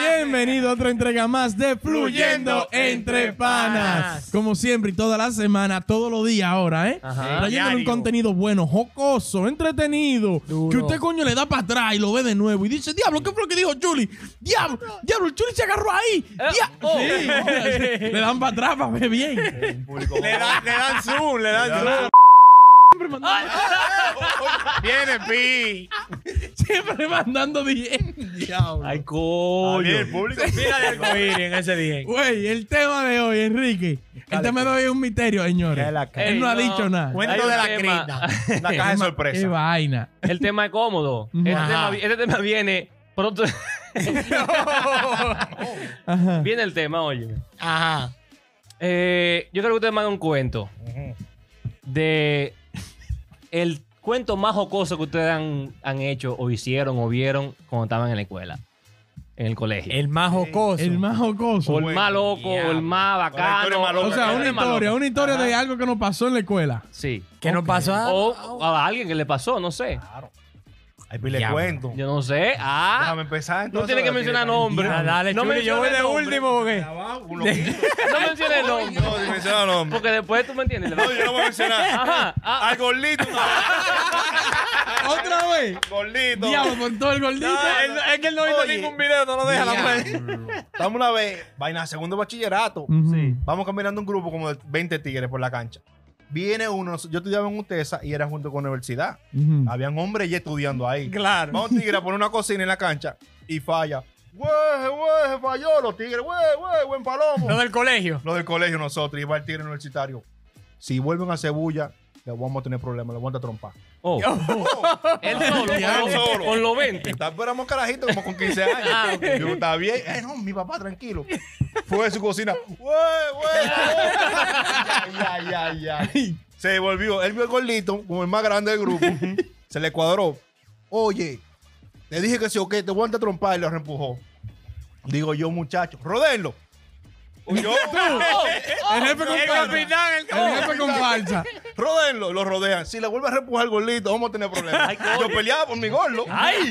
Bienvenido a otra entrega más de Fluyendo Entre Panas. Como siempre y toda la semana, todos los días ahora, ¿eh? Ajá. Trayéndole un Diario. contenido bueno, jocoso, entretenido. Duro. Que usted, coño, le da para atrás y lo ve de nuevo. Y dice, diablo, ¿qué fue lo que dijo Chuli? Diablo, diablo, Chuli se agarró ahí. Dia- oh. Sí, le dan para atrás para ver bien. Le, dan- le dan zoom, le dan zoom. Viene Pi. siempre mandando bien. Ay, coño. el público. Mira de arcoíris en ese día. Güey, el tema de hoy, Enrique. El tema de hoy es un misterio, señores. Dale pues, acá. Él no ha Ey, no. dicho nada. Bueno, Cuento Hay un de la tema. crina. Una caja de Qué sorpresa. vaina. El tema es cómodo. Este Ajá. tema, vi- este tema viene pronto. Ajá. viene el tema, oye. Ajá. Eh, yo creo que ustedes mandan un cuento de el cuento más jocoso que ustedes han, han hecho o hicieron o vieron cuando estaban en la escuela, en el colegio. El más jocoso. El más jocoso. o el más loco, o el más Con la historia bacano. más loca. O sea, Pero una más historia, loca. una historia de algo que nos pasó en la escuela. Sí. que nos pasó Ah, Oh, a... O a alguien que le pasó, no sé. Ay, Pi, le Diablo. cuento. Yo no sé. Ah, Déjame empezar. no entonces, tiene que ahora mencionar también. nombre. Ah, dale, no Chuli, yo voy de nombre. último porque... Abajo, un loquito. No menciones nombre. No, si menciona nombre. Porque después tú me entiendes. No, yo no voy a mencionar. Ajá. ah, Al gordito. Otra vez. Gordito. Diablo, por todo el gordito. que él no hizo ningún video, no lo deja la Mm, Estamos una vez, vaina, segundo bachillerato. Ujú. Vamos caminando un grupo como de 20 tigres por la cancha. Viene uno, yo estudiaba en UTESA y era junto con la universidad. Ujú. Habían hombres ya estudiando ahí. Claro. Va un tigre a poner una cocina en la cancha y falla. ¡Güey, güey, falló! Los tigres, güey, güey, buen palomo. Lo del colegio. Los del colegio nosotros y va el tigre universitario. Si vuelven a Cebulla, le vamos a tener problemas, le vamos a trompar. oh. Él solo, Diablo. con lo- con lo 20. Está, pero éramos carajitos como con 15 años. Ah, ok. Yo, está bien. Eh, no, mi papá, tranquilo. Fue de su cocina. ¡Wey, wey! ay, ay, ay, ay. Se devolvió. Él vio el gordito, como el más grande del grupo. se le cuadró. Oye, le dije que sí o qué, te voy a trompar y lo reempujó. Digo yo, muchacho, rodenlo. Yo, El jefe con falsa. capitán, El jefe con falsa. rodenlo, lo rodean. Si le vuelve a reempujar el gordito, vamos a tener problemas. yo peleaba por mi gordo. Eh, ¡Ay!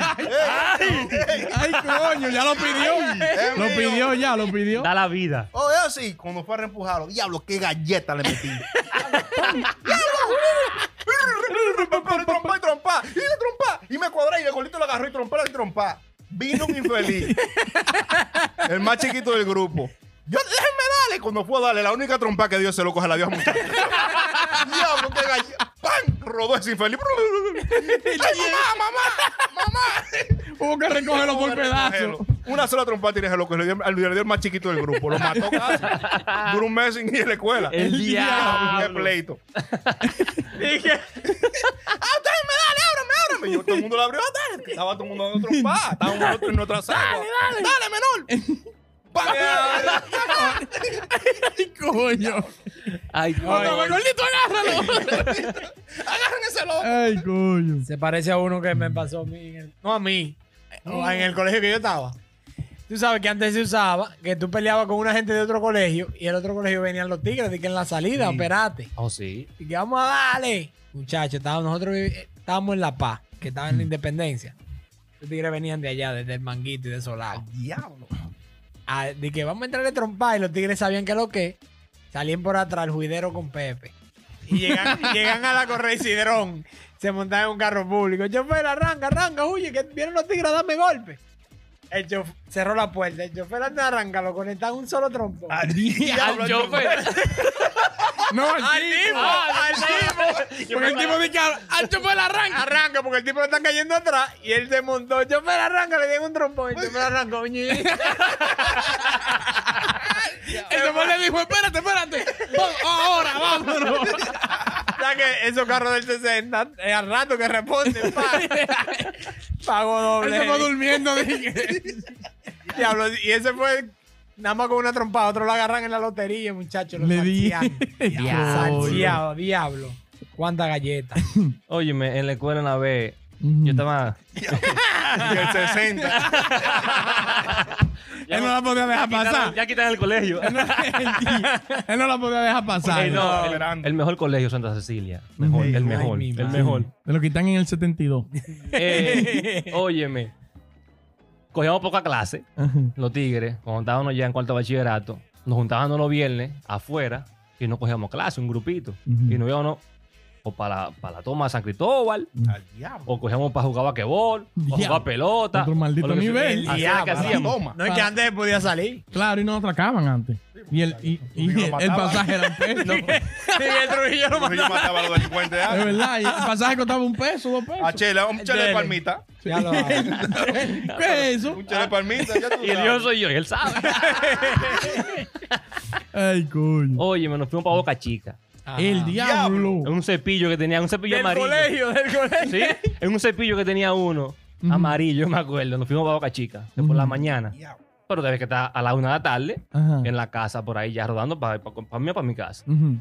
Ay, coño, ya lo pidió. es Lo mío. pidió, ya lo pidió. Da la vida. Oh, es así. Cuando fue a reempujarlo, diablo, qué galleta le metí. ¡Diablo! trompa y trompa. Y le trompa. Y me cuadré y el golito lo agarró y trompa y trompa. Vino un infeliz. el más chiquito del grupo. Yo, déjenme darle. Cuando fue a darle, la única trompa que Dios se lo coge a la Dios muchacho. Diablo, qué galleta. ¡Pam! Rodó ese infeliz. ¡Ay, mamá, mamá! ¡Mamá! Hubo que recogerlo por pedazos. Cogelo. Una sola trompa tiene ese loco. Le dio al le dio el más chiquito del grupo. Lo mató casi. Duró un mes sin ir a la escuela. El diablo. Qué pleito. Dije, ¡Ah, ustedes me dale! ¡Ábrame, ábrame! Yo, todo el mundo lo abrió. ¡Dale! Estaba todo el mundo dando trompa. Estábamos nosotros en nuestra sala. ¡Dale, dale! ¡Dale, menor! ¡Pam! Ay, coño. Ay, Otra vez, gordito, agárralo. ¡Agarren ese loco! Ay, coño. Se parece a uno que me pasó a mí. en el- no a mí. o En el colegio que yo estaba. Tú sabes que antes se usaba que tú peleabas con una gente de otro colegio y el otro colegio venían los tigres. Y que en la salida, espérate. Oh, sí. Y que vamos a darle. Muchachos, estábamos, nosotros vivi- eh, estábamos en La Paz, que estaba en la independencia. Los tigres venían de allá, desde el manguito y de esos lados. ¡Diablo! Ah, de que vamos a entrar de trompa y los tigres sabían que lo que salían por atrás el juidero con Pepe y llegan, llegan a la correa y Sidrón se montan en un carro público el chofer arranca arranca huye que vienen los tigres a darme golpe el chofer cerró la puerta el chofer antes de arrancar lo conectan a un solo trompo ¡Al diablo! Al chofer. No, al tipo. al Porque el tipo dice que al chofer la arranca. arranca porque el tipo le están cayendo atrás y él se montó el chofer arranca le dieron un trompón el chofer arrancó ñi. El chofer le dijo, espérate, espérate. Vamos, Ahora, vámonos. O sea que esos carros del 60 es al rato que responden. pa. Pago Él doble. se fue durmiendo, dije. Diablo, y ese fue nada más con una trompada. Otro lo agarran en la lotería, muchachos. Le di. Salciado, diablo. Cuánta galleta. Óyeme, en la escuela una vez, yo estaba. Y el 60. Él no la podía dejar pasar. Ya quitan el colegio. Él no- Él no la podía dejar pasar. Ey, no, no, el, grande. el mejor colegio, Santa Cecilia. Mejor, Ey, el ay, mejor, mi el madre. mejor. Me lo quitan en el 72. Eh, óyeme. cogíamos poca clase, Ajá. los tigres, cuando estábamos ya en cuarto de bachillerato, nos juntábamos los viernes afuera y no cogíamos clase, un grupito. Ujú. Y nos íbamos o para, para la toma de San Cristóbal, Al diablo. o cogíamos para jugar basquetbol, o Diablo. jugar pelota. Otro maldito o lo que sea. nivel. Así era que Diablo. hacíamos. Toma. No es que Para- antes podía salir. Claro, y no atracaban antes. Y el, y, y Los niños el mataban. pasaje era un peso. es Sí, el Trujillo lo Porque mandó. yo mataba a los delincuentes de antes. verdad, y el pasaje costaba un peso, dos pesos. A Chela, un chele de Dele. palmita. Ya lo ¿Qué es eso? Un chele de palmita, ya tú Y el sabes. yo soy yo, y él sabe. Ay, coño. Oye, me nos fuimos para Boca Chica. Ah. el diablo. En un cepillo que tenía, un cepillo Del amarillo. colegio, del colegio. Sí, en un cepillo que tenía uno, Ujú. amarillo, me acuerdo. Nos fuimos para Boca Chica, de por la Ujú. mañana. Diablo. Pero debes que está a la una de la tarde, Ajá. en la casa, por ahí ya rodando para pa, pa mí o para mi casa. Ujú.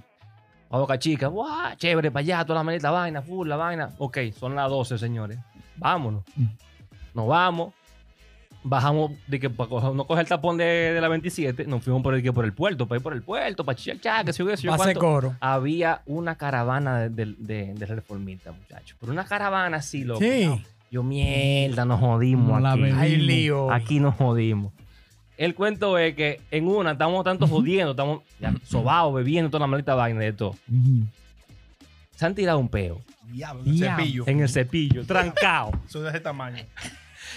Para Boca Chica, ¡guau! Chévere, para allá, toda la maleta, vaina, full, la vaina. Ok, son las 12, señores. Vámonos. Ujú. Nos vamos. Bajamos, de que para coger, no coger el tapón de, de la 27, nos fuimos por el, que por el puerto, para ir por el puerto, para chichar, que se hubiese yo Pase cuánto. coro. había una caravana de, de, de- de reformistas, muchachos. Pero una caravana así, loco. Sí. Yo, mierda, nos jodimos No la aquí. ven. Hay lío. Aquí nos jodimos. El cuento es que en una estamos tanto jodiendo, estamos ya, sobados, bebiendo toda la maldita vaina de todo. Ujú. Se han tirado un peo Diablo. Diablo. Cepillo. en el cepillo, trancado. Eso de ese tamaño.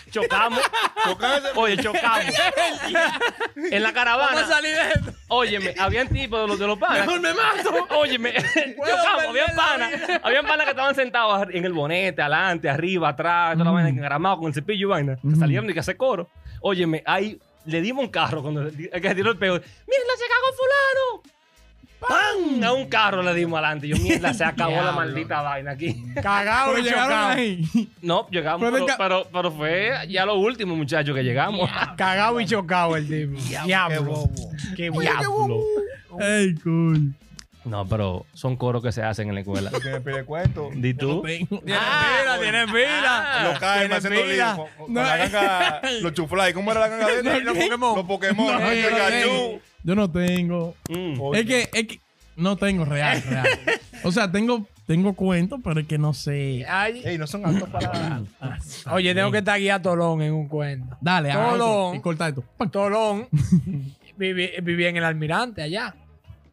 Chocamos. Tocar ese- Oye, chocamos. en la Vamos a caravana. salir de esto. Óyeme, habían tipos de los, de los panas. Mejor me mato. Óyeme, chocamos, habían panas. Habían panas que estaban sentados en el bonete, adelante, arriba, atrás, toda la vaina engaramado con el cepillo y vaina. Que Ujú. salieron y que hace coro. Óyeme, ahí le dimos un carro cuando el que se tiró el peor. ¡Mierda, se cagó fulano! ¡Pam! A un carro le dimos adelante. Yo, mierda, se acabó la Diablo. maldita vaina aquí. Cagado Pero y llegaron chocado. ahí. No, llegamos, Pero pero, el ca- pero- pero fue ya lo último, muchachos, que llegamos. Cagado y chocado el tipo. Qué Diablo. bobo. Qué Diablo. Ay, coño. No, pero son coros que se hacen en la escuela. Porque me pide cuento. ¿Di tú? Tiene pila, tiene pila. Ah, Los caen tiene haciendo pila. lío. con- con eh, La ganga, los chuflay. ¿Cómo era la ganga de No, ellos? los Pokémon. Los Pokémon. No, el yo no Pikachu. tengo. Yo no tengo. Mm. Oye, Es que, es que no tengo real, real. O sea, tengo, tengo cuentos, pero es que no sé. Ay, Ey, no son altos para. Oye, tengo que taguear a Tolón en un cuento. Dale, haz Tolón. otro y corta esto. Pac. Tolón vivi- vivía en el almirante allá.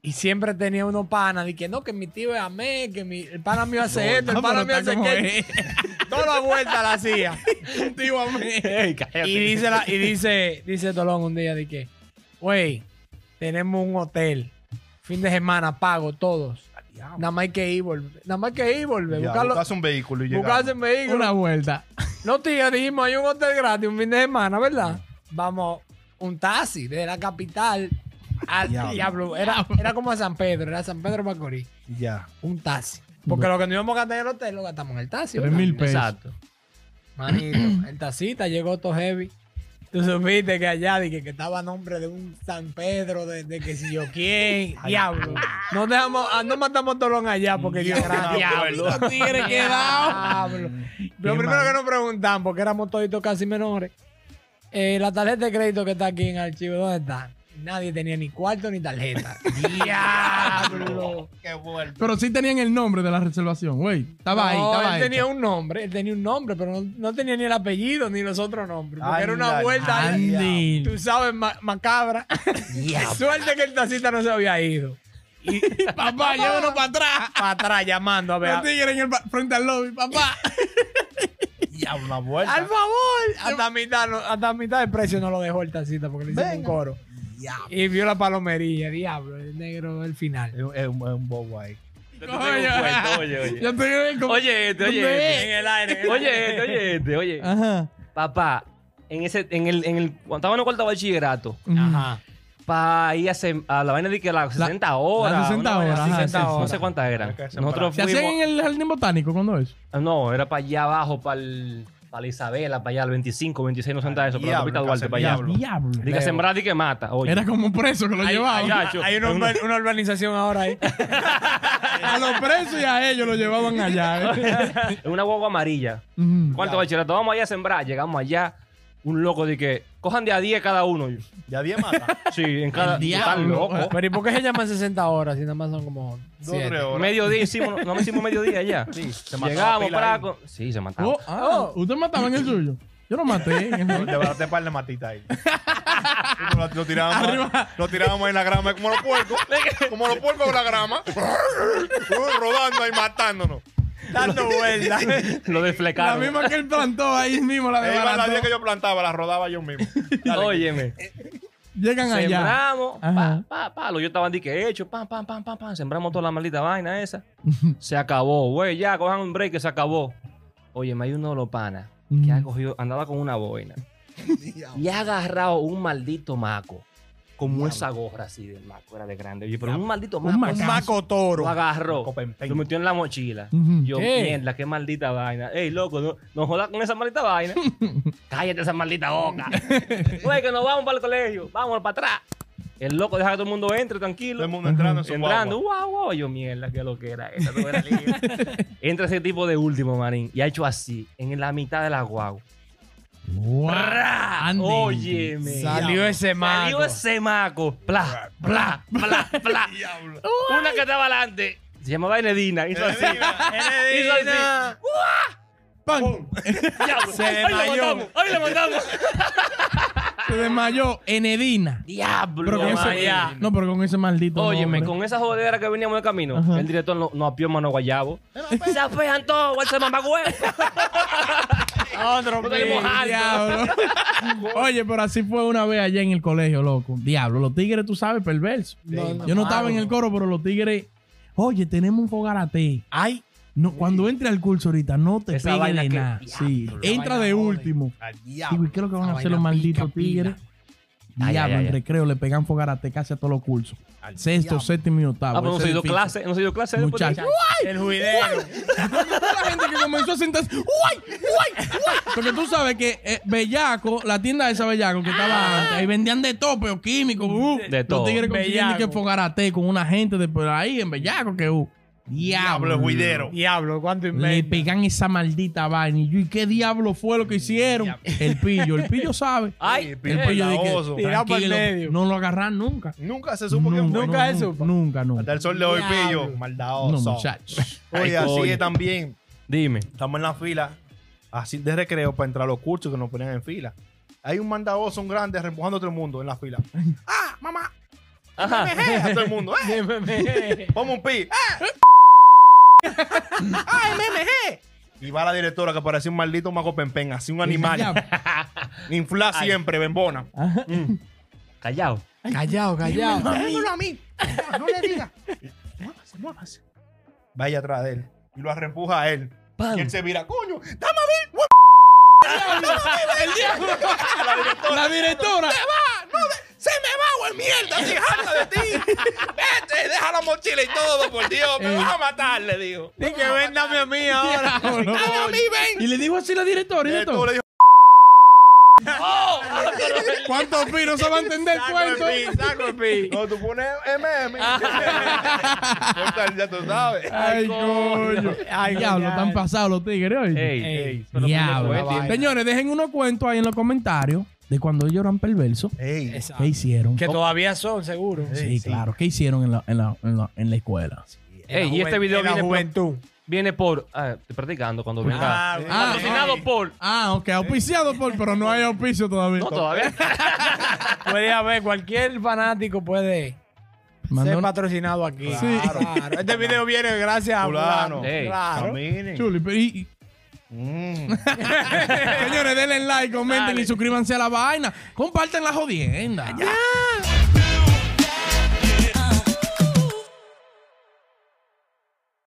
Y siempre tenía unos panas de que no, que mi tío es amé, que mi, el pana mío hace esto, el No, pana pero mío está hace como que Toda la vuelta la hacía. es. Tío, a mí. Ey, cállate. Y dice, la- y dice, dice Tolón un día de que, wey, tenemos un hotel. Fin de semana, pago todos. Nada más hay que ir, volver. Nada más hay que ir, volver. Ya, Buscarlo, buscas un vehículo y llegas. buscarse un vehículo. Una vuelta. Los tigres dijimos, hay un hotel gratis un fin de semana, ¿verdad? Vamos, un taxi desde la capital al Diablo. diablo. Era, era como a San Pedro, era San Pedro Macorís. Ya. Un taxi. Porque lo que no íbamos a gastar en el hotel, lo gastamos en el taxi. Tres ¿verdad? mil pesos. Exacto. Manito, el tacita llegó todo heavy. Tú supiste que allá dije que estaba a nombre de un San Pedro, de, de que si yo quién. diablo. No dejamos, ah, no matamos a Tolón allá porque Dios gracias. Diablo. tigre quedado. Lo Qué primero mal. que nos preguntan, porque éramos toditos casi menores, eh, la tarjeta de crédito que está aquí en archivo, ¿dónde está? Nadie tenía ni cuarto ni tarjeta. ¡Diablo! Qué vuelto. Pero sí tenían el nombre de la reservación, güey. Estaba ahí, No, estaba él ahí. tenía un nombre, él tenía un nombre, pero no, no tenía ni el apellido ni los otros nombres. Porque Ay, era una la- vuelta, ay, Andy. tú sabes, ma- macabra. Suerte que el tacita no se había ido. Papá, llévanos para atrás. Para atrás llamando a ver. Los tigres en el ba- frente al lobby, papá. Ya, una vuelta. ¡Al favor! Hasta mitad, no- hasta mitad del precio no lo dejó el tacita porque le hicimos un Venga. coro. Diablo. Y vio la palomería, diablo, el negro, el final. Es un- es un es un bobo ahí. Yo te tengo un cuento, Oye, oye. Yo estoy como... Oye, este, ¿Dónde es? Ah. oye. el aire. este. Oye, este, oye, este, oye. Ajá. Papá, en ese, en el, en el, cuando estaba en el cuarto de bachillerato, Ajá. para ir a, sem- a la vaina de que las 60 horas. las 60 una vaina horas, así, ajá, 60 sí, sí. No sé cuántas eran. Hay que sembrar. Nosotros ¿Se hacían en fuimos. el jardín botánico cuando es? No, era para allá abajo, para Para la Isabela, para allá, al 25, 26, no sé cuántas de eso, pero la Diablo, Capita Duarte, casi para allá. diablo. Diablo. Diga sembrar, di que mata. Oye. Era como un preso que lo Hay, hay- llevaban. hay una, urba- una urbanización ahora ahí. A los presos y a ellos lo llevaban allá. ¿eh? Es una guagua amarilla. Mm. ¿Cuánto bachillerato? Vamos allá a sembrar. Llegamos allá. Un loco de que cojan de a 10 cada uno. Yo, Ya 10 mata. Sí, en cada. diablo. Tan loco. Pero ¿y por qué se llaman 60 horas si nada más son como Dos o tres siete? horas. Mediodía hicimos, no me hicimos mediodía ya. Sí, se mataba Llegamos pila para. ahí. Sí, se mataba. Oh, ah, Oh. ¿Usted mataba en el suyo? Yo lo maté. Te baraté par de matitas ahí. Y lo, lo tirábamos, Arriba. lo tirábamos en la grama como los puercos. Como los puercos en la grama. rodando ahí matándonos. Dando vueltas. Lo la desflecaron. misma que él plantó ahí mismo, la Ahí de iban las barato. 10 que yo plantaba, las rodaba yo mismo. Dale. Óyeme. Llegan allá. Sembramos, Ajá. pa, pa, pa, los yo estaban di que hecho, pam, pam, pam, pam, pam, sembramos toda la maldita vaina esa. se acabó, güey, ya, cojan un break que se acabó. Oye, me hay uno de los panas que Mm. ha cogido, andaba con una boina y ha agarrado un maldito maco, como esa gorra así del maco, era de grande. Oye, pero un maldito maco, macazo. toro. lo agarró, Maco pempén. lo metió en la mochila. Ujú. Yo, Mm. ¿Qué? mierda, qué maldita vaina. Ey, loco, no, no jodas con esa maldita vaina. Cállate esa maldita boca. Güey, que nos vamos para el colegio. Vamos para atrás. El loco deja que todo el mundo entre tranquilo. Todo el mundo entrando en su Entrando, guagua. guau, guau. Yo, mierda, qué lo que era. Esta no era libre. Entra ese tipo de último, marín. Y ha hecho así, en la mitad de la guagua. Guau. Óyeme. Salió ese mago. Salió ese maco. Pla, pla, pla, pla. Diablo. Una que estaba adelante. Se llamaba Enedina. Hizo así. Hizo así. Pan. Diablo. Se Hoy le desmayó. mandamos. Hoy le mandamos. Se desmayó Enedina. Diablo. Pero con ese- Maya. no, pero con ese maldito. Óyeme, nombre. con esa jodera que veníamos de camino, Ajá. el director no- nos apió mano guayabo. Se apejan todos, guay, se mamagüey. Otro No tenemos pin. algo. Diablo. Oye, pero así fue una vez allá en el colegio, loco. Diablo, los tigres, tú sabes, perverso. No, no, Yo no estaba mano. en el coro, pero los tigres. Oye, tenemos un fogarate. Ay, No, cuando entre al curso ahorita, no te Esa pegues vaina de que- nada. Diablo, Sí, la entra vaina de jode. último. Al Digo, diablo. ¿y qué es lo que van a Esa hacer vaina los malditos pica, pila. tigres? Ay, Diablo, ay, en ay, ay. recreo le pegan fogarate casi a todos los cursos. Al Sexto, diablo. séptimo y octavo. Ah, pero no Ese se dio edificio. clase, no se dio clase. después de- Muchacho. el juidero. la gente que comenzó a sentarse. ¡Uy! ¡Uy! ¡Uy! Porque tú sabes que eh, Bellaco, la tienda de esa Bellaco que estaba antes, ahí vendían de todo, pero químicos. Uh, De todo. Los tigres consiguiendo Bellaco. que fogarate con una gente de por ahí en Bellaco que uh. Diablo. Diablo, el juidero. Diablo, cuánto Le invento. pegan esa maldita vaina. Y yo, ¿y qué diablo fue lo que hicieron? El pillo. El pillo sabe. Ay, El El Bien, pillo de que, baboso. Tirado pa'l tranquilo, medio. No lo agarran nunca. Nunca se supo que nunca, fue. Nunca se nunca, supo. Nunca, nunca. Hasta el sol de hoy, Diablo. pillo. Maldadoso. No, muchachos. Oye, Ay, así coño. es también. eh, dime. Estamos en la fila, así de recreo, para entrar a los cursos que nos ponían en fila. Hay un mandadoso, un grande, reempujando a todo el mundo en la fila. ¡Ah, mamá! Ajá. ¡Eh! A todo el mundo. ¡Eh! ¡Vamos un pi! ¡Eh! ¡Ah, MMG! Y va la directora que parecía un maldito mago pempén, así un animal. Infla siempre, bembona. Callado. Callado, callado. Déjamelo a mí. No le digas. Muévase, muévase. Vaya atrás de él. Y lo arrempuja a él. Pam. Y él se vira, coño, dame a ver. hue- La directora. Se me va, güey, mierda, si jala de ti. Vete, deja la mochila y todo, por Dios. Me vas a matar, le dijo. Ni que véndame a mí ahora. Diablo. Dame a mí, ven. Y le digo así a la directora. y de Eh, todo. tú le dijo, Oh, "Ah, ¿Cuántos pinos se va a entender el cuento? saco el pi. no, tú pones MM. Ah. Total, ya tú sabes. Ay, coño. Ay, Diablo, coño. están pasados los tigres hoy. Ey, Ey. ey. pero Diablo. ¿cómo fue? Señores, dejen unos cuentos ahí en los comentarios de cuando ellos eran perversos. Ey, ¿Qué hicieron? Que todavía son, seguro. Sí, sí. claro. ¿Qué hicieron en la, en la, en la, en la escuela? Ey, y este video En la viene por, juventud. viene por. Ah, estoy practicando cuando venga. Ah, ah, Patrocinado sí. por. Ah, ok. Auspiciado por, pero no hay auspicio todavía. No, todavía. Puede haber, cualquier fanático puede Mandó ser un- patrocinado aquí. Sí. Claro. Este video viene gracias a Fulano. Fulano. Ey, Claro. Caminen. Chuli, pero y- y- Mm. señores, denle like, comenten y suscríbanse a la vaina. Comparten la jodienda.